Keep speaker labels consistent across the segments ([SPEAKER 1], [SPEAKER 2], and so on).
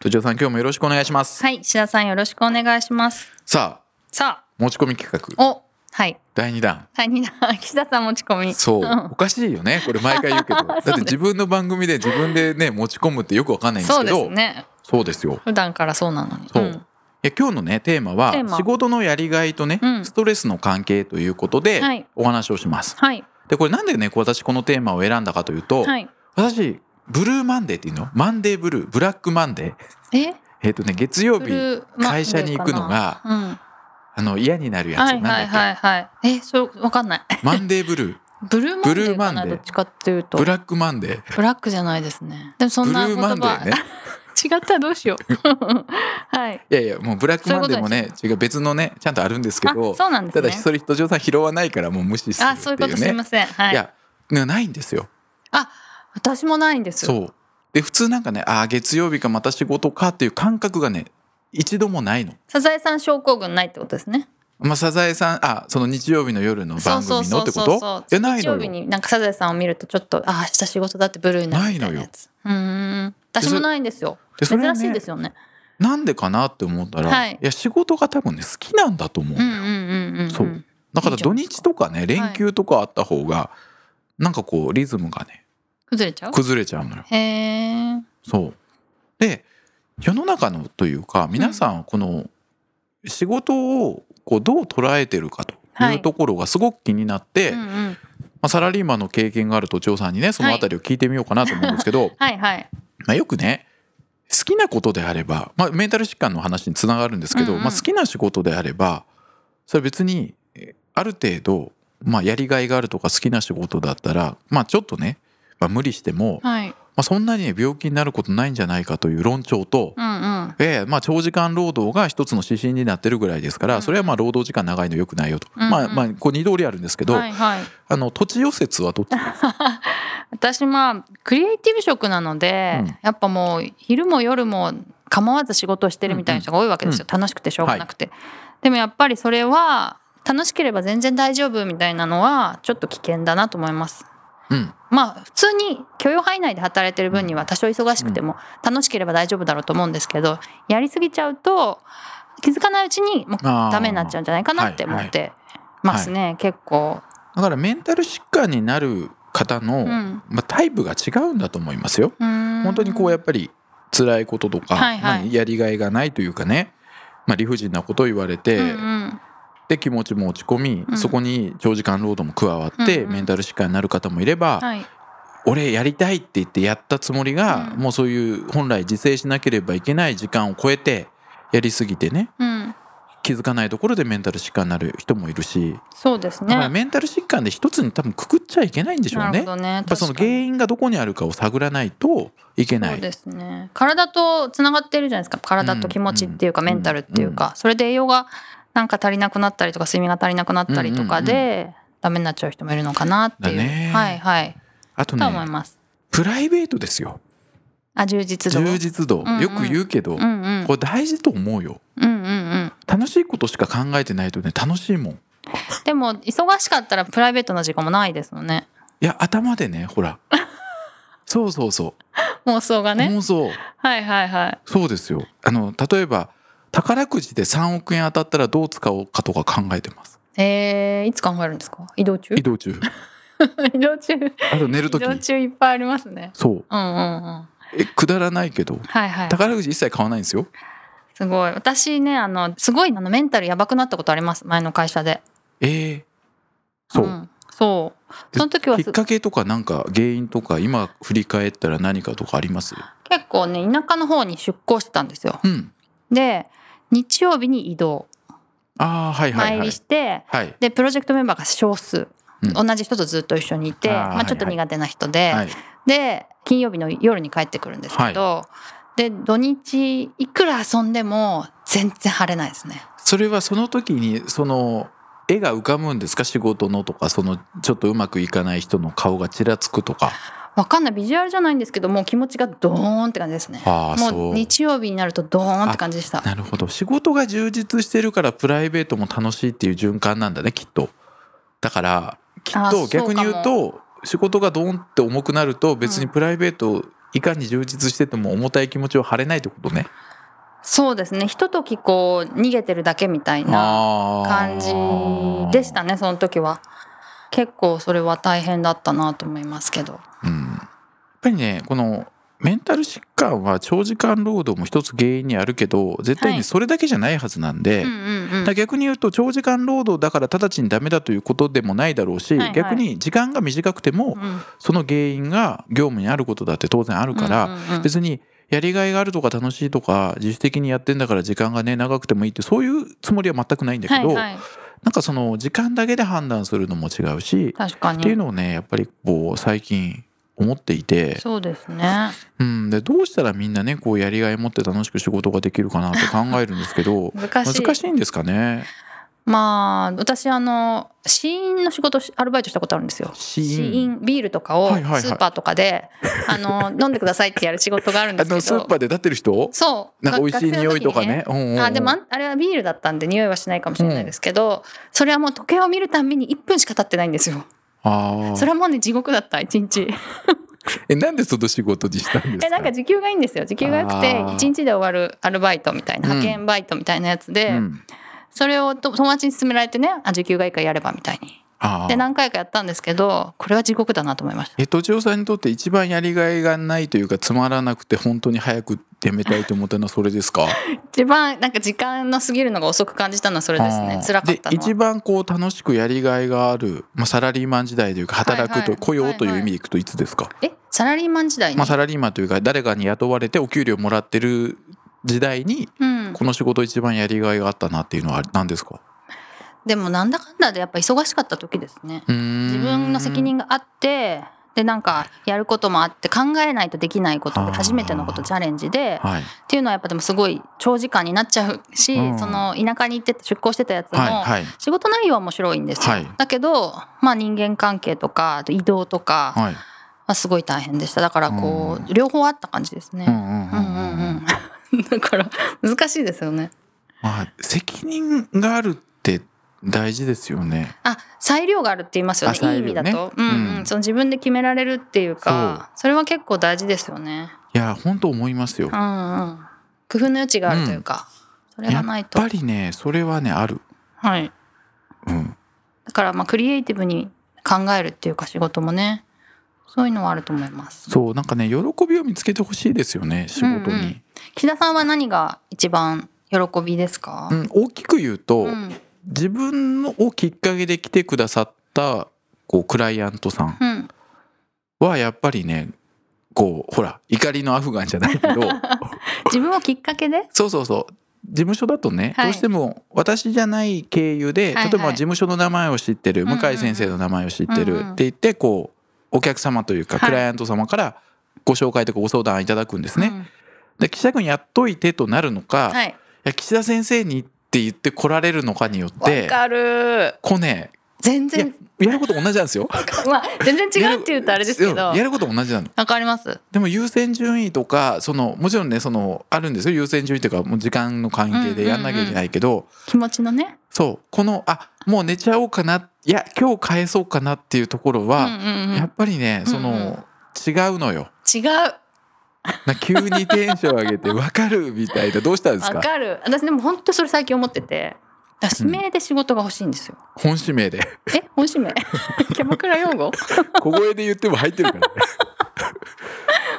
[SPEAKER 1] 土壌さん今日もよろしくお願いします
[SPEAKER 2] はい岸田さんよろしくお願いします
[SPEAKER 1] さあ
[SPEAKER 2] さ
[SPEAKER 1] 持ち込み企画
[SPEAKER 2] あおはい
[SPEAKER 1] 第2弾
[SPEAKER 2] 第2弾 岸田さん持ち込み
[SPEAKER 1] そう、
[SPEAKER 2] ん
[SPEAKER 1] おかしいよねこれ毎回言うけどだって自分の番組で自分でね持ち込むってよくわかんないんです
[SPEAKER 2] そう
[SPEAKER 1] け
[SPEAKER 2] で
[SPEAKER 1] ど
[SPEAKER 2] すね
[SPEAKER 1] そうですよ
[SPEAKER 2] 普段からそうなのに
[SPEAKER 1] そう、
[SPEAKER 2] ん
[SPEAKER 1] いや今日のねテーマは
[SPEAKER 2] テーマ
[SPEAKER 1] 仕事のやりがいとね、
[SPEAKER 2] うん
[SPEAKER 1] ストレスの関係ということで
[SPEAKER 2] はい
[SPEAKER 1] お話をします、
[SPEAKER 2] はい
[SPEAKER 1] でこれなんでね私このテーマを選んだかというと、
[SPEAKER 2] はい
[SPEAKER 1] 私ブルーマンデーっていうのマンデーブルーブラックマンデー
[SPEAKER 2] え
[SPEAKER 1] えっとね月曜
[SPEAKER 2] ブ
[SPEAKER 1] 日
[SPEAKER 2] ルーマンデ
[SPEAKER 1] 会
[SPEAKER 2] ーかな
[SPEAKER 1] 社に行くのが
[SPEAKER 2] うん
[SPEAKER 1] あの嫌になるやつ、
[SPEAKER 2] はい
[SPEAKER 1] な
[SPEAKER 2] は
[SPEAKER 1] ん
[SPEAKER 2] い
[SPEAKER 1] だっけ、
[SPEAKER 2] はいはいえそれわかんない
[SPEAKER 1] マンデーブルー
[SPEAKER 2] ブルーマンデーかな
[SPEAKER 1] ブルーマンデー
[SPEAKER 2] どっちかっていうと
[SPEAKER 1] ブラックマンデー
[SPEAKER 2] ブラックじゃないですねでもそ
[SPEAKER 1] ブ
[SPEAKER 2] ん
[SPEAKER 1] ル
[SPEAKER 2] な
[SPEAKER 1] ー
[SPEAKER 2] 言
[SPEAKER 1] マンデ
[SPEAKER 2] 葉、
[SPEAKER 1] ーね
[SPEAKER 2] 違ったらどうしよう はい
[SPEAKER 1] いやいやもうブラックマンデーも
[SPEAKER 2] そう
[SPEAKER 1] ね違う別のねちゃんとあるんですけ
[SPEAKER 2] あ
[SPEAKER 1] ど
[SPEAKER 2] そうなんです
[SPEAKER 1] ただ
[SPEAKER 2] ね
[SPEAKER 1] それ人嬢さん拾わないからもう無視する
[SPEAKER 2] あ
[SPEAKER 1] っ
[SPEAKER 2] そういう
[SPEAKER 1] て
[SPEAKER 2] こ
[SPEAKER 1] い
[SPEAKER 2] と
[SPEAKER 1] う
[SPEAKER 2] すい
[SPEAKER 1] ね
[SPEAKER 2] ませんはい
[SPEAKER 1] いやねないんですよ
[SPEAKER 2] あ私もないんですよ
[SPEAKER 1] そうで普通なんかねああ月曜日かまた仕事かっていう感覚がね一度もないの、
[SPEAKER 2] サザエさん症候群ないってことですね
[SPEAKER 1] まあ、サザエさんあその日曜日の夜の番
[SPEAKER 2] そう
[SPEAKER 1] 組
[SPEAKER 2] そ
[SPEAKER 1] のっ
[SPEAKER 2] う
[SPEAKER 1] て
[SPEAKER 2] そう
[SPEAKER 1] こ
[SPEAKER 2] そう
[SPEAKER 1] といやない
[SPEAKER 2] 日
[SPEAKER 1] の
[SPEAKER 2] 曜日
[SPEAKER 1] よ
[SPEAKER 2] になんかサザエさんを見るとちょっとあ明日仕事だってブルーになるみたいなやつうーん私もないんですよ
[SPEAKER 1] でそれは
[SPEAKER 2] 珍
[SPEAKER 1] ね
[SPEAKER 2] しいですよね
[SPEAKER 1] なんでかなって思ったら、
[SPEAKER 2] はい
[SPEAKER 1] い、や仕事が多分ね好きなんだと思う、
[SPEAKER 2] うんうんうんうんん
[SPEAKER 1] そうだから
[SPEAKER 2] いいじゃ
[SPEAKER 1] 土
[SPEAKER 2] ないです
[SPEAKER 1] 日
[SPEAKER 2] か
[SPEAKER 1] とかね
[SPEAKER 2] い
[SPEAKER 1] 連休とかあった方がなんかこうリズムがね
[SPEAKER 2] 崩れちゃう
[SPEAKER 1] 崩れちゃうのよ
[SPEAKER 2] へえ
[SPEAKER 1] そうで世の中のというか皆さんはこの仕事をこうどう捉えてるかと
[SPEAKER 2] はいいう
[SPEAKER 1] ところがすごく気になって、
[SPEAKER 2] うんうん
[SPEAKER 1] まあ、サラリーマンの経験がある都庁さんにねそのあたりを聞いてみようかなと思うんですけど、
[SPEAKER 2] はいはい
[SPEAKER 1] まあ、よくね好きなことであれば、まあ、メンタル疾患の話につながるんですけど、
[SPEAKER 2] うんうん
[SPEAKER 1] まあ、好きな仕事であればそれは別にえある程度、まあ、やりがいがあるとか好きな仕事だったら、まあ、ちょっとね、まあ、無理しても、ま
[SPEAKER 2] はい
[SPEAKER 1] あ、そんなにね病気になることないんじゃないかという論調と、
[SPEAKER 2] うんうん
[SPEAKER 1] ええまあ、長時間労働が一つの指針になってるぐらいですからそれはまあ労働時間長いのよくないよと、
[SPEAKER 2] うんうん
[SPEAKER 1] まあまあこう二通りあるんですけど、
[SPEAKER 2] はいはい
[SPEAKER 1] あの土地予説はど っち
[SPEAKER 2] 私まあクリエイティブ職なので、
[SPEAKER 1] うん
[SPEAKER 2] やっぱもう昼も夜も構わず仕事をしてるみたいな人が多いわけですよ、楽しくてしょうがなくて、でもやっぱりそれは楽しければ全然大丈夫みたいなのはちょっと危険だなと思います
[SPEAKER 1] うん
[SPEAKER 2] まあ普通に許容範囲内で働いてる分には多少忙しくても楽しければ大丈夫だろうと思うんですけどやりすぎちゃうと気づかないうちにもう
[SPEAKER 1] あー
[SPEAKER 2] ダメになっちゃうんじゃないかなって思ってますね、結構、
[SPEAKER 1] だからメンタル疾患になる方の、
[SPEAKER 2] うん、
[SPEAKER 1] まあ、タイプが違うんだと思いますよ。
[SPEAKER 2] 本
[SPEAKER 1] 本当にこうやっぱり辛いこととか、
[SPEAKER 2] はいはい
[SPEAKER 1] まあやりがいがないというかね、まあ、理不尽なことを言われて、
[SPEAKER 2] うんうん
[SPEAKER 1] で気持ちも落ち込み、
[SPEAKER 2] うん
[SPEAKER 1] そこに長時間労働も加わっ
[SPEAKER 2] う
[SPEAKER 1] て、
[SPEAKER 2] んうん
[SPEAKER 1] メンタル疾患になる方もいれば、
[SPEAKER 2] はい
[SPEAKER 1] 俺やりたいって言ってやったつもりが、
[SPEAKER 2] うん
[SPEAKER 1] もうそういう本来自制しなければいけない時間を超えてやりすぎてね
[SPEAKER 2] うん、
[SPEAKER 1] 気づかないところでメンタル疾患になる人もいるし、
[SPEAKER 2] そうです
[SPEAKER 1] だから
[SPEAKER 2] ね。
[SPEAKER 1] メンタル疾患で一つに多分くくっちゃいけないんでしょう
[SPEAKER 2] なる
[SPEAKER 1] ね
[SPEAKER 2] ほ。どね。やっ
[SPEAKER 1] やっぱその原因がどこにあるかを探らないといけな
[SPEAKER 2] そう
[SPEAKER 1] い
[SPEAKER 2] ですね。体とつながってるじゃないですか。体と気持ちっていうか、
[SPEAKER 1] うん
[SPEAKER 2] メンタルっていうか、それで栄養がなんか足りなくなったりとか、睡眠が足りなくなったりとかで、ダメになっちゃう人もいるのかなっていう。
[SPEAKER 1] だね
[SPEAKER 2] はいはい。
[SPEAKER 1] あと
[SPEAKER 2] とは思
[SPEAKER 1] ね
[SPEAKER 2] います。
[SPEAKER 1] プライベートですよ
[SPEAKER 2] あ、充実度。
[SPEAKER 1] 充実度、
[SPEAKER 2] うんうん
[SPEAKER 1] よく言うけ
[SPEAKER 2] う
[SPEAKER 1] ど、
[SPEAKER 2] んうん。
[SPEAKER 1] これ大事と思うよ
[SPEAKER 2] うんうんうん。
[SPEAKER 1] 楽しいことしか考えてないとね楽しいもんい
[SPEAKER 2] でも、忙しかったらプライベートな時間もないですもんね。
[SPEAKER 1] や頭でね ほらそうそうそ
[SPEAKER 2] 妄想が
[SPEAKER 1] う、
[SPEAKER 2] ね。
[SPEAKER 1] 妄想
[SPEAKER 2] はいはいはい。
[SPEAKER 1] そうですよあの例えば宝くじで3億円当たったらどう使おうかとか考えてます
[SPEAKER 2] えー、いつ考えるんですか移動中
[SPEAKER 1] 移動中
[SPEAKER 2] 移動中。
[SPEAKER 1] あと寝る
[SPEAKER 2] 移
[SPEAKER 1] 時
[SPEAKER 2] 動中いっぱいありますね。
[SPEAKER 1] そう
[SPEAKER 2] うんうんうん。
[SPEAKER 1] えくだらないけど
[SPEAKER 2] はいはい。
[SPEAKER 1] 宝くじ一切買わないんですよ
[SPEAKER 2] すごい私ねあのすごいあのメンタルやばくなったことあります前の会社で
[SPEAKER 1] えーそう、
[SPEAKER 2] んそうその時は
[SPEAKER 1] き
[SPEAKER 2] す
[SPEAKER 1] っかけとかなんか原因とか今振り返ったら何かとかあります
[SPEAKER 2] 結構ね田舎の方に出向してたんですよ
[SPEAKER 1] うん
[SPEAKER 2] で日曜日に移動
[SPEAKER 1] ああはいはい
[SPEAKER 2] 参
[SPEAKER 1] はい
[SPEAKER 2] りして、
[SPEAKER 1] はい
[SPEAKER 2] でプロジェクトメンバーが少数、
[SPEAKER 1] うん
[SPEAKER 2] 同じ人とずっと一緒にいて
[SPEAKER 1] あー
[SPEAKER 2] まあ、ちょっと
[SPEAKER 1] はいはい
[SPEAKER 2] 苦手な人で、
[SPEAKER 1] はい
[SPEAKER 2] で金曜日の夜に帰ってくるんですけど、で土日いくら遊んでも全然晴れないですね
[SPEAKER 1] それはその時にその絵が浮かぶんですか仕事のとかそのちょっとうまくいかない人の顔がちらつくとか
[SPEAKER 2] わかんないビジュアルじゃないんですけどもう気持ちがドーンって感じですね
[SPEAKER 1] ああ
[SPEAKER 2] も
[SPEAKER 1] そう
[SPEAKER 2] う日曜日になるとドーンって感じでした
[SPEAKER 1] なるほど仕事が充実してるからプライベートも楽しいっていう循環なんだねきっとだからきっ
[SPEAKER 2] あそ
[SPEAKER 1] と
[SPEAKER 2] うかも
[SPEAKER 1] 逆に言うと仕事がドーンって重くなると別にプライベートいかに充実してても重たい気持ちを晴れないってことね
[SPEAKER 2] そうですねひとときこう逃げてるだけみたいな感
[SPEAKER 1] 感
[SPEAKER 2] じでしたねその時は結構それは大変だったなと思いますけど
[SPEAKER 1] うんやっぱりねこのメンタル疾患は長時間労働も一つ原因にあるけど絶対
[SPEAKER 2] はい
[SPEAKER 1] にそれだけじゃないはずなんで、
[SPEAKER 2] うんうんうん
[SPEAKER 1] だから逆に言うと長時間労働だから直ちにダメだということでもないだろうし、
[SPEAKER 2] はいはい
[SPEAKER 1] 逆に時間が短くても
[SPEAKER 2] うん
[SPEAKER 1] その原因が業務にあることだって当然あるから、
[SPEAKER 2] うんうんうん
[SPEAKER 1] 別にやりがいがあるとか楽しいとか自主的にやってんだから時間がね長くてもいいってそういうつもりは全くないんだけど、
[SPEAKER 2] はいはい、
[SPEAKER 1] なんかその時間だけで判断するのも違うし、
[SPEAKER 2] 確か
[SPEAKER 1] っていう
[SPEAKER 2] に
[SPEAKER 1] のをねやっぱりこう最近思っていて、
[SPEAKER 2] そうですね
[SPEAKER 1] うん、でどうしたらみんなねこうやりがい持って楽しく仕事ができるかな って考えるんですけど
[SPEAKER 2] 難しい
[SPEAKER 1] 難しいんですかね
[SPEAKER 2] まあ私あの試飲の仕事しアルバイトしたことあるんですよ
[SPEAKER 1] 死
[SPEAKER 2] 試
[SPEAKER 1] 因
[SPEAKER 2] 飲ビールとかをス
[SPEAKER 1] はいはいはい
[SPEAKER 2] ーパーとかで、あの飲んでくださいってやる仕事があるんで
[SPEAKER 1] あ
[SPEAKER 2] すけど
[SPEAKER 1] のスーパーで立ってる人
[SPEAKER 2] そう
[SPEAKER 1] なんか美味
[SPEAKER 2] が
[SPEAKER 1] しい匂いとか
[SPEAKER 2] 学生の時に
[SPEAKER 1] ねうんうんうん
[SPEAKER 2] あでもあんあれはビールだったんで匂いはしないかもしれないですけど、それはもう時計を見るたんびに1分しか経ってないんですよ
[SPEAKER 1] あ
[SPEAKER 2] そ
[SPEAKER 1] ー
[SPEAKER 2] れはもうね地獄だった1日
[SPEAKER 1] えなんでその仕事にしたんですか
[SPEAKER 2] えなんか時給がいいんですよ時給が良くて
[SPEAKER 1] あー
[SPEAKER 2] 1日で終わるアルバイトみたいな
[SPEAKER 1] うん
[SPEAKER 2] 派遣バイトみたいなやつで、
[SPEAKER 1] うん、
[SPEAKER 2] それをと友達に勧められてねあ時給がいいからやればみたいに
[SPEAKER 1] あ
[SPEAKER 2] で
[SPEAKER 1] ー
[SPEAKER 2] 何回かやったんですけどこれは地獄だなと思いました
[SPEAKER 1] えとちおさんにとって一番やりがいがないというかつまらなくて本当に早くやめたいと思ったのはそれですか
[SPEAKER 2] 一番なんか時間の過ぎるのが遅く感じたのはそれですね
[SPEAKER 1] あー
[SPEAKER 2] 辛かった
[SPEAKER 1] で
[SPEAKER 2] のは
[SPEAKER 1] 一番こう楽しくやりがいがある、まあ、サラリーマン時代というか働く
[SPEAKER 2] はいは
[SPEAKER 1] と
[SPEAKER 2] い
[SPEAKER 1] 雇用という意味でいくといつですか、
[SPEAKER 2] えサラリーマン時代に、
[SPEAKER 1] まあ、サラリーマンというか誰かに雇われてお給料もらってる時代に
[SPEAKER 2] うん
[SPEAKER 1] この仕事一番やりがいがあったなっていうのは何ですか
[SPEAKER 2] でもなんだかんだでやっぱ忙しかった時ですね自
[SPEAKER 1] 自
[SPEAKER 2] 分の責任があってでなんかやることもあって考えないとできないこと
[SPEAKER 1] あー
[SPEAKER 2] で初めてのことチャレンジで
[SPEAKER 1] はい
[SPEAKER 2] っていうのはやっぱでもすごい長時間になっちゃうし、
[SPEAKER 1] うん
[SPEAKER 2] その田舎に行って出向してたやつも、
[SPEAKER 1] はいはい
[SPEAKER 2] 仕事内容は面白いんですよ、
[SPEAKER 1] はい
[SPEAKER 2] だけど、まあ、人間関係とかあと移動とか
[SPEAKER 1] はい
[SPEAKER 2] はすごい大変でしただからこう、
[SPEAKER 1] う
[SPEAKER 2] 両方あった感じですね。
[SPEAKER 1] うんうんう
[SPEAKER 2] うんうん
[SPEAKER 1] んうん
[SPEAKER 2] うん だから難しいですよね。
[SPEAKER 1] まあ責任があるって大事ですよね
[SPEAKER 2] あ裁量があるって言いますよ
[SPEAKER 1] あ
[SPEAKER 2] ねいい意
[SPEAKER 1] 裁量ね
[SPEAKER 2] 味だと、うんうん
[SPEAKER 1] うん
[SPEAKER 2] その自分で決められるっていうかそれは結構大事ですよね、
[SPEAKER 1] いや本当思いますよ
[SPEAKER 2] うんうん、工夫の余地があるというか、それ
[SPEAKER 1] や
[SPEAKER 2] がない
[SPEAKER 1] っ
[SPEAKER 2] と
[SPEAKER 1] ぱ、りねそれはねある
[SPEAKER 2] はい、
[SPEAKER 1] うん
[SPEAKER 2] だからまあクリエイティブに考えるっていうか仕事もねそういうのはあると思います
[SPEAKER 1] そうなんかね喜びを見つけてほしいですよね仕事
[SPEAKER 2] うんう
[SPEAKER 1] に
[SPEAKER 2] ん、岸田さんは何が一番喜びですか
[SPEAKER 1] う、ん大きく言うと、
[SPEAKER 2] うん
[SPEAKER 1] 自分のをきっかけで来てくださったこうクライアントさん
[SPEAKER 2] うん
[SPEAKER 1] はやっぱりねこうほら怒りのアフガンじ ゃないけど
[SPEAKER 2] 自分をきっかけで
[SPEAKER 1] そうそうそう事務所だとね、
[SPEAKER 2] はい
[SPEAKER 1] どうしても私じゃない経由で、
[SPEAKER 2] はいはい
[SPEAKER 1] 例えば事務所の名前を知ってる
[SPEAKER 2] んうん
[SPEAKER 1] 向
[SPEAKER 2] うん
[SPEAKER 1] 井先生の名前を知って
[SPEAKER 2] うん
[SPEAKER 1] る
[SPEAKER 2] うん
[SPEAKER 1] って言ってこうお客様というか
[SPEAKER 2] はい
[SPEAKER 1] クライアント様からご紹介とかご相談いただくんですね。で岸田君やっといてとなるのか、
[SPEAKER 2] うん
[SPEAKER 1] い
[SPEAKER 2] はい
[SPEAKER 1] や岸田先生にって言って来られるのかによっ
[SPEAKER 2] わ
[SPEAKER 1] て
[SPEAKER 2] かる
[SPEAKER 1] こうね
[SPEAKER 2] 全
[SPEAKER 1] いや
[SPEAKER 2] 然
[SPEAKER 1] やること同じなんで すよ。
[SPEAKER 2] まあ全然違うって言うとあれですけど
[SPEAKER 1] うんやること同じなの。
[SPEAKER 2] わかります
[SPEAKER 1] でも優先順位とかそのもちろんねそのあるんですよ優先順位というかもう時間の関係でやんなきゃいけないけど、
[SPEAKER 2] 気持ちのね
[SPEAKER 1] そうこのあもう寝ちゃおうかないや今日返そうかなっていうところ
[SPEAKER 2] うん
[SPEAKER 1] は、
[SPEAKER 2] うんうん
[SPEAKER 1] やっぱりねその、
[SPEAKER 2] うんうん
[SPEAKER 1] 違うのよ。
[SPEAKER 2] 違う
[SPEAKER 1] な急にテンション 上げてわかるみたいなどうしたんです
[SPEAKER 2] わ
[SPEAKER 1] か
[SPEAKER 2] かる私でも本当それ最近思っててだから指名で仕事が欲しいんですよ、
[SPEAKER 1] 本指名で
[SPEAKER 2] え本指 名キャバクラ用語
[SPEAKER 1] 小声で言っても入ってるから、ね、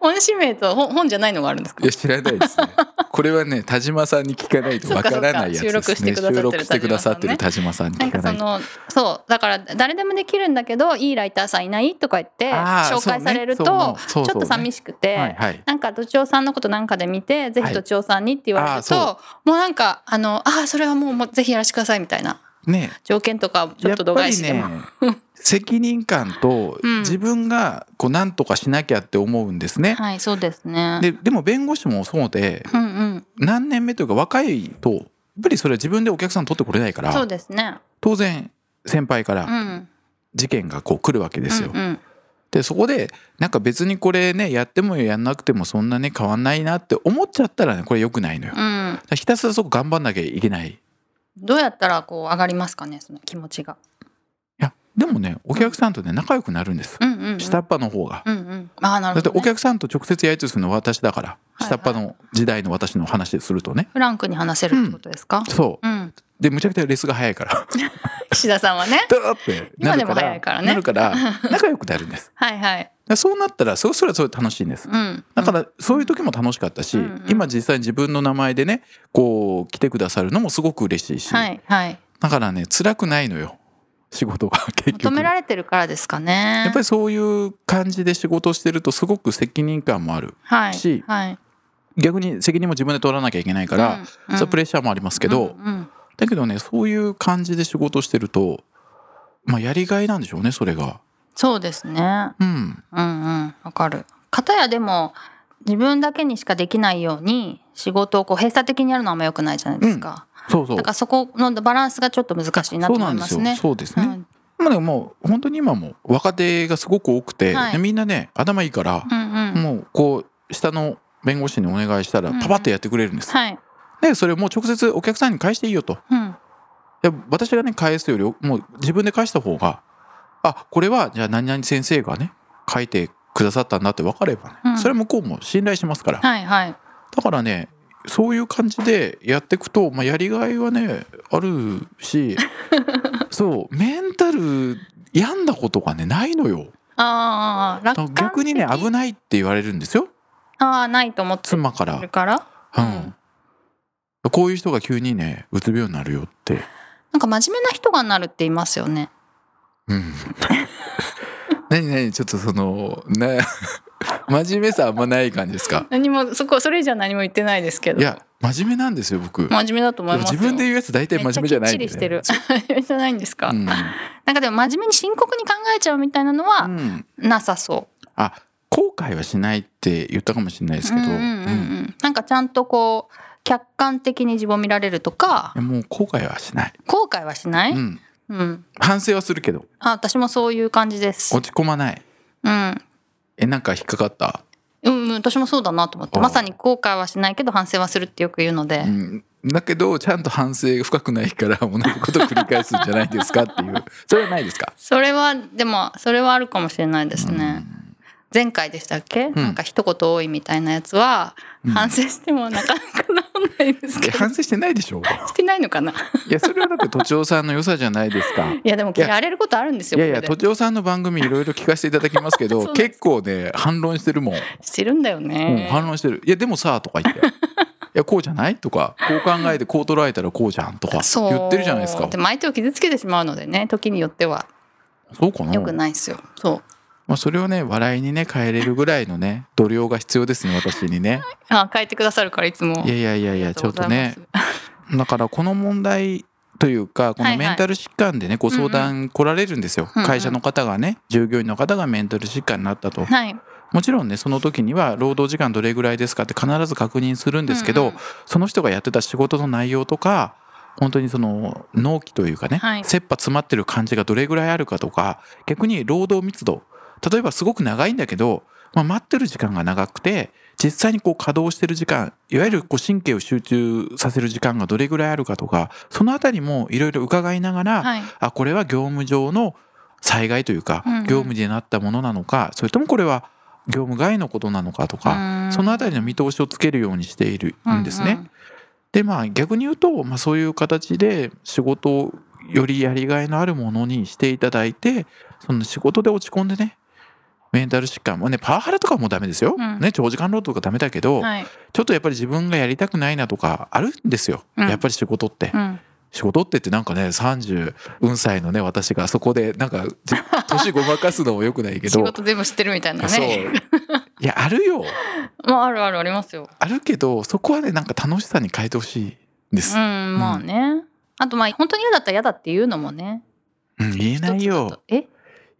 [SPEAKER 2] 本指名と本本じゃ ないのがあるんですか
[SPEAKER 1] いや知らないですね。これはね田島さんに聞かないとわからないやつですね。
[SPEAKER 2] そうかそうか収
[SPEAKER 1] 収
[SPEAKER 2] 録
[SPEAKER 1] 録
[SPEAKER 2] し
[SPEAKER 1] してて
[SPEAKER 2] く
[SPEAKER 1] く
[SPEAKER 2] だ
[SPEAKER 1] だ
[SPEAKER 2] さ
[SPEAKER 1] さ
[SPEAKER 2] っ
[SPEAKER 1] ってて
[SPEAKER 2] る
[SPEAKER 1] る田島さんに
[SPEAKER 2] なん
[SPEAKER 1] 聞
[SPEAKER 2] かそ
[SPEAKER 1] かないと。
[SPEAKER 2] のそうだから誰でもできるんだけどいいライターさんいないとか言って
[SPEAKER 1] あー
[SPEAKER 2] 紹介されると、ち
[SPEAKER 1] そ
[SPEAKER 2] ょっ
[SPEAKER 1] うねそうそうそうね
[SPEAKER 2] と寂しくて、
[SPEAKER 1] はいはい。
[SPEAKER 2] なんか土地さんのことなんかで見てぜ
[SPEAKER 1] は
[SPEAKER 2] ひ
[SPEAKER 1] い
[SPEAKER 2] 土地さんにって言われ
[SPEAKER 1] あー
[SPEAKER 2] ると、
[SPEAKER 1] そ
[SPEAKER 2] もうなんかあのあーそれはもうもうぜひやらせてくださいみたいな
[SPEAKER 1] ね
[SPEAKER 2] 条件とかちょっと度外視でも、
[SPEAKER 1] やっぱりね責任感と
[SPEAKER 2] うん
[SPEAKER 1] 自分がこう何とかしなきゃって思うんですね。
[SPEAKER 2] はい、そうですね。
[SPEAKER 1] ででも弁護士もそうで
[SPEAKER 2] うんうん。
[SPEAKER 1] 何年目というか若いとやっぱりそれは自分でお客さん取ってこれないか
[SPEAKER 2] そう
[SPEAKER 1] ら
[SPEAKER 2] ですね。
[SPEAKER 1] 当然先輩か
[SPEAKER 2] う
[SPEAKER 1] ら
[SPEAKER 2] ん。
[SPEAKER 1] 事件がこう来るわけですよ。
[SPEAKER 2] うんうん
[SPEAKER 1] でそこでなんか別にこれねやってもやんなくてもそんなね変わんないなって思っちゃったらねこれ良くないのよ。だか
[SPEAKER 2] うん。
[SPEAKER 1] らひたすらそこ頑張んなきゃいけない。い
[SPEAKER 2] どうやったらこう上がりますかね、その気持ちが。
[SPEAKER 1] やでもねお客さんとね仲良くなるんです。
[SPEAKER 2] うんうん、うん。
[SPEAKER 1] 下っ端の方が。
[SPEAKER 2] うんうん。ああ、な
[SPEAKER 1] だ
[SPEAKER 2] る
[SPEAKER 1] って
[SPEAKER 2] ほど、ね。
[SPEAKER 1] お客さんと直接やり取りするのは私だから
[SPEAKER 2] はい
[SPEAKER 1] 下っ端の時代の私の話でするとね
[SPEAKER 2] フランクに話せるってことですか。
[SPEAKER 1] そ
[SPEAKER 2] うん。
[SPEAKER 1] うでむちゃくちゃレスが早いから
[SPEAKER 2] 岸田さんはね。
[SPEAKER 1] だーってな
[SPEAKER 2] 今で
[SPEAKER 1] る
[SPEAKER 2] も
[SPEAKER 1] か
[SPEAKER 2] 早
[SPEAKER 1] ら
[SPEAKER 2] いからね
[SPEAKER 1] なるから仲良くなるんですだ
[SPEAKER 2] は
[SPEAKER 1] か
[SPEAKER 2] いはい。
[SPEAKER 1] らそうなったらそそれはそれで楽しいんです
[SPEAKER 2] うん。
[SPEAKER 1] だからそういう時も楽しかったし
[SPEAKER 2] うんうん
[SPEAKER 1] 今実際に自分の名前でねこう来てくださるのもすごく嬉しいし
[SPEAKER 2] は
[SPEAKER 1] だ
[SPEAKER 2] いはい。
[SPEAKER 1] からね辛くないのよ仕事が結
[SPEAKER 2] 求
[SPEAKER 1] 局
[SPEAKER 2] めら
[SPEAKER 1] や
[SPEAKER 2] れてるからですかね。
[SPEAKER 1] っぱりそういう感じで仕事してるとすごく責任感もある
[SPEAKER 2] はい。
[SPEAKER 1] し
[SPEAKER 2] はい。
[SPEAKER 1] 逆に責任も自分で取らなきゃいけないから、
[SPEAKER 2] うん、
[SPEAKER 1] それプ
[SPEAKER 2] レ
[SPEAKER 1] レッシャーもありますけ
[SPEAKER 2] けう
[SPEAKER 1] ど、
[SPEAKER 2] んうん
[SPEAKER 1] だけどねそういう感じで仕事してるとまあやりがいなんでしょうねそれが
[SPEAKER 2] そうですね。
[SPEAKER 1] うん
[SPEAKER 2] うんうん。わかる。片やでも。自分だけにしかできないように仕事をこう閉鎖的にやるのはあんま良くないじゃないですか、
[SPEAKER 1] そうそう
[SPEAKER 2] だからそこのバランスがちょっと難しいなと
[SPEAKER 1] そ
[SPEAKER 2] 思
[SPEAKER 1] うないんで
[SPEAKER 2] ますす
[SPEAKER 1] よ
[SPEAKER 2] ね。
[SPEAKER 1] そうです
[SPEAKER 2] う
[SPEAKER 1] ね、
[SPEAKER 2] ん
[SPEAKER 1] まあでももう本当に今も若手がすごく多くて、
[SPEAKER 2] はい
[SPEAKER 1] でみんなね頭いいから、
[SPEAKER 2] うんうん。
[SPEAKER 1] もうこう下の弁護士にお願いしたら
[SPEAKER 2] うんうん
[SPEAKER 1] パパッとやってくれるんです、
[SPEAKER 2] はい。
[SPEAKER 1] でそれをもう直接お客さんに返していいよと
[SPEAKER 2] うん。
[SPEAKER 1] いや私がね返すよりもう自分で返した方があこれはじゃあ何々先生がね書いてくださったんだって分かればね、
[SPEAKER 2] うん
[SPEAKER 1] それは向こうも信頼しますから、
[SPEAKER 2] はいはい。
[SPEAKER 1] だからねそういう感じでやっていくと、まあ、やりがいはねある しそうメンタル病んだことがねないのよ
[SPEAKER 2] ああ、楽観的
[SPEAKER 1] 逆にね危ないって言われるんですよ
[SPEAKER 2] ああ、ないと思って
[SPEAKER 1] 妻から、
[SPEAKER 2] るから。
[SPEAKER 1] う
[SPEAKER 2] うん
[SPEAKER 1] んこういう人が急にねうつ病になるよって、
[SPEAKER 2] なんか真面目な人がなるって言いますよね。
[SPEAKER 1] うん何何ちょっとそのね真面目さあんまない感じですか
[SPEAKER 2] 何も、そこ、それ以上何も言ってないですけど。
[SPEAKER 1] いや真面目なんですよ僕
[SPEAKER 2] 真面目だと思いますよ。
[SPEAKER 1] 自分で言うやつ大体真面目じゃないん
[SPEAKER 2] め
[SPEAKER 1] で
[SPEAKER 2] っちゃきっちり
[SPEAKER 1] ね
[SPEAKER 2] して る。じゃないんですか、
[SPEAKER 1] うん
[SPEAKER 2] なんかでも真面目に深刻に考えちゃうみたいなのは
[SPEAKER 1] うん
[SPEAKER 2] なさそ
[SPEAKER 1] あ後悔はしないって言ったかもしれないで
[SPEAKER 2] う。
[SPEAKER 1] すけど、
[SPEAKER 2] うんうんうんうんなんかちゃんとこう客観的に自分を見られるとか
[SPEAKER 1] うんもう後悔はしない、
[SPEAKER 2] 後悔はしない。う。
[SPEAKER 1] うんん、反省はするけど
[SPEAKER 2] あ、私もそういう感じです。
[SPEAKER 1] 落ち込まない
[SPEAKER 2] うん。
[SPEAKER 1] えなんか引っかかった、
[SPEAKER 2] うん、うん、私もそうだなと思って
[SPEAKER 1] あー
[SPEAKER 2] まさに後悔はしないけど反省はするってよく言うので
[SPEAKER 1] う、ん、だけどちゃんと反省が深くないから同じこと繰り返すんじゃないですかっていうそれはないです か
[SPEAKER 2] それはでもそれはあるかもしれないですね、前回でしたっけ、なんか一言多いみたいなやつは
[SPEAKER 1] うん
[SPEAKER 2] 反省してもなかなか治んないです
[SPEAKER 1] い
[SPEAKER 2] け
[SPEAKER 1] や
[SPEAKER 2] ど、
[SPEAKER 1] 反省してないでしょ
[SPEAKER 2] してないのかない
[SPEAKER 1] やそれはだって都庁さんの良さじゃないです か
[SPEAKER 2] いやでも
[SPEAKER 1] いや
[SPEAKER 2] 嫌われることあるんです
[SPEAKER 1] い
[SPEAKER 2] よ
[SPEAKER 1] やい
[SPEAKER 2] こ
[SPEAKER 1] や
[SPEAKER 2] こ
[SPEAKER 1] 都
[SPEAKER 2] で
[SPEAKER 1] 庁さんの番組いろいろ聞かせていただきますけ
[SPEAKER 2] そ
[SPEAKER 1] ど
[SPEAKER 2] うです
[SPEAKER 1] 結構ね反論してるもん
[SPEAKER 2] してるんだよ
[SPEAKER 1] うん、
[SPEAKER 2] ね、
[SPEAKER 1] 反論してる「いやでもさ」とか言 って「いやこうじゃない?」とか「こう考えてこう捉えたらこうじゃん」とか
[SPEAKER 2] そう
[SPEAKER 1] 言ってるじゃないですか
[SPEAKER 2] でも相手を傷つけてしまうのでね時によっては
[SPEAKER 1] そうかな
[SPEAKER 2] 良くないですよ、そう
[SPEAKER 1] まあ、それをね笑いにね変えれるぐらいのね度量が必要ですね私に ね
[SPEAKER 2] あ変えてくださるからいつも
[SPEAKER 1] いやいやいやいやちょっとねだからこの問題というかこ
[SPEAKER 2] はい
[SPEAKER 1] の
[SPEAKER 2] はい
[SPEAKER 1] メンタル疾患でねご相談来られるんですよ、
[SPEAKER 2] うんうん
[SPEAKER 1] 会社の方がね従業員の方がメンタル疾患になったと
[SPEAKER 2] はい
[SPEAKER 1] もちろんねその時には労働時間どれぐらいですかって必ず確認するんですけど、
[SPEAKER 2] うんうん
[SPEAKER 1] その人がやってた仕事の内容とか本当にその納期というかね、
[SPEAKER 2] はい
[SPEAKER 1] 切羽詰まってる感じがどれぐらいあるかとか逆に労働密度例えばすごく長いんだけど、まあ、待ってる時間が長くて実際にこう稼働してる時間いわゆるこう神経を集中させる時間がどれぐらいあるかとかそのあたりもいろいろ伺いながら、
[SPEAKER 2] はい
[SPEAKER 1] あこれは業務上の災害というか、
[SPEAKER 2] うんうん
[SPEAKER 1] 業務でなったものなのかそれともこれは業務外のことなのかと
[SPEAKER 2] う
[SPEAKER 1] か
[SPEAKER 2] ん
[SPEAKER 1] そのあたりの見通しをつけるようにしているんですね。
[SPEAKER 2] うんうん
[SPEAKER 1] でまあ逆に言うと、まあ、そういう形で仕事をよりやりがいのあるものにしていただいてその仕事で落ち込んでねメンタル疾患もねパワハラとかもダメですよ、
[SPEAKER 2] うん
[SPEAKER 1] ね、長時間労働とかダメだけど、
[SPEAKER 2] はい
[SPEAKER 1] ちょっとやっぱり自分がやりたくないなとかあるんですよ、
[SPEAKER 2] うん
[SPEAKER 1] やっぱり仕事って。
[SPEAKER 2] うん
[SPEAKER 1] 仕事ってってなんかね30運歳のね私がそこでなんか じ年ごまかすのもよくないけど
[SPEAKER 2] 仕事全部知ってるみたいな
[SPEAKER 1] そう
[SPEAKER 2] ね
[SPEAKER 1] いやあるよ
[SPEAKER 2] まああるあるありますよ
[SPEAKER 1] あるけどそこはねなんか楽しさに変えてほしいです
[SPEAKER 2] う、んまあね、あとまあ本当に嫌だったら嫌だっていうのもね
[SPEAKER 1] うん言えない
[SPEAKER 2] 一つだ
[SPEAKER 1] よ
[SPEAKER 2] とえ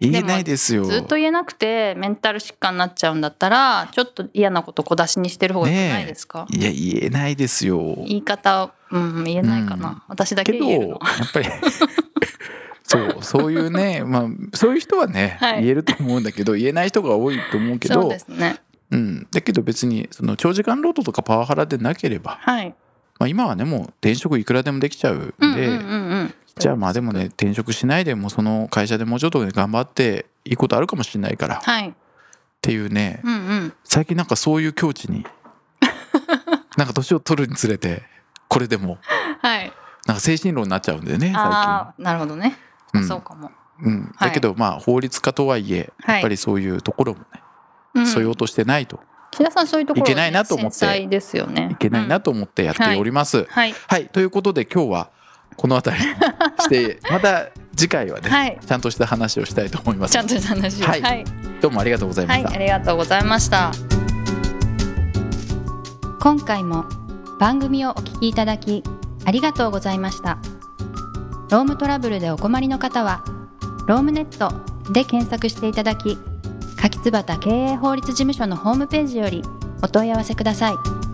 [SPEAKER 1] 言えないですよ
[SPEAKER 2] ずっと言えなくてメンタル疾患になっちゃうんだったらちょっと嫌なこと小出しにしてる方が良くないですか、
[SPEAKER 1] いや言えないですよ
[SPEAKER 2] 言い方うん言えないかな、
[SPEAKER 1] うん
[SPEAKER 2] 私だけ
[SPEAKER 1] けど
[SPEAKER 2] 言えるの
[SPEAKER 1] やっ ぱりそうそういうねまあそういう人はね、
[SPEAKER 2] はい
[SPEAKER 1] 言えると思うんだけど言えない人が多いと思うけ
[SPEAKER 2] そう
[SPEAKER 1] ど
[SPEAKER 2] ですね
[SPEAKER 1] うん、だけど別にその長時間労働とかパワハラでなければ、
[SPEAKER 2] はい
[SPEAKER 1] まあ、今はねもう転職いくらでもできちゃうんで、
[SPEAKER 2] うんうんうんうん
[SPEAKER 1] じゃあまあでもね転職しないでもその会社でもうちょっとね頑張っていいことあるかもしれないからっ
[SPEAKER 2] はい
[SPEAKER 1] ていうね
[SPEAKER 2] うんうん
[SPEAKER 1] 最近なんかそういう境地 になんか年を取るにつれてこれでも
[SPEAKER 2] はい
[SPEAKER 1] なんか精神論になっちゃうんだよね最
[SPEAKER 2] ああなるほどね、
[SPEAKER 1] 近。
[SPEAKER 2] そうかも、
[SPEAKER 1] うんうん、
[SPEAKER 2] はい
[SPEAKER 1] だけどまあ法律家とはいえ
[SPEAKER 2] はい
[SPEAKER 1] やっぱりそういうところもね、
[SPEAKER 2] うん、
[SPEAKER 1] そようとしてないと
[SPEAKER 2] 木田さんそういうところ、
[SPEAKER 1] いけないなと思って
[SPEAKER 2] 繊細ですよね
[SPEAKER 1] いけないなと思ってやっております。
[SPEAKER 2] うんはい
[SPEAKER 1] はい、ということで今日はこの辺りに して、また次回はね、
[SPEAKER 2] はい
[SPEAKER 1] ちゃんとした話をしたいと思います
[SPEAKER 2] ちゃ。んとした話を
[SPEAKER 1] はい
[SPEAKER 2] はい
[SPEAKER 1] どうもありがとうございま
[SPEAKER 2] は
[SPEAKER 1] し
[SPEAKER 2] い、
[SPEAKER 1] た。
[SPEAKER 2] ありがとうございました。今回も番組をお聞きいただきありがとうございました。ロームトラブルでお困りの方は、ロームネットで検索していただき、柿椿経営法律事務所のホームページよりお問い合わせください。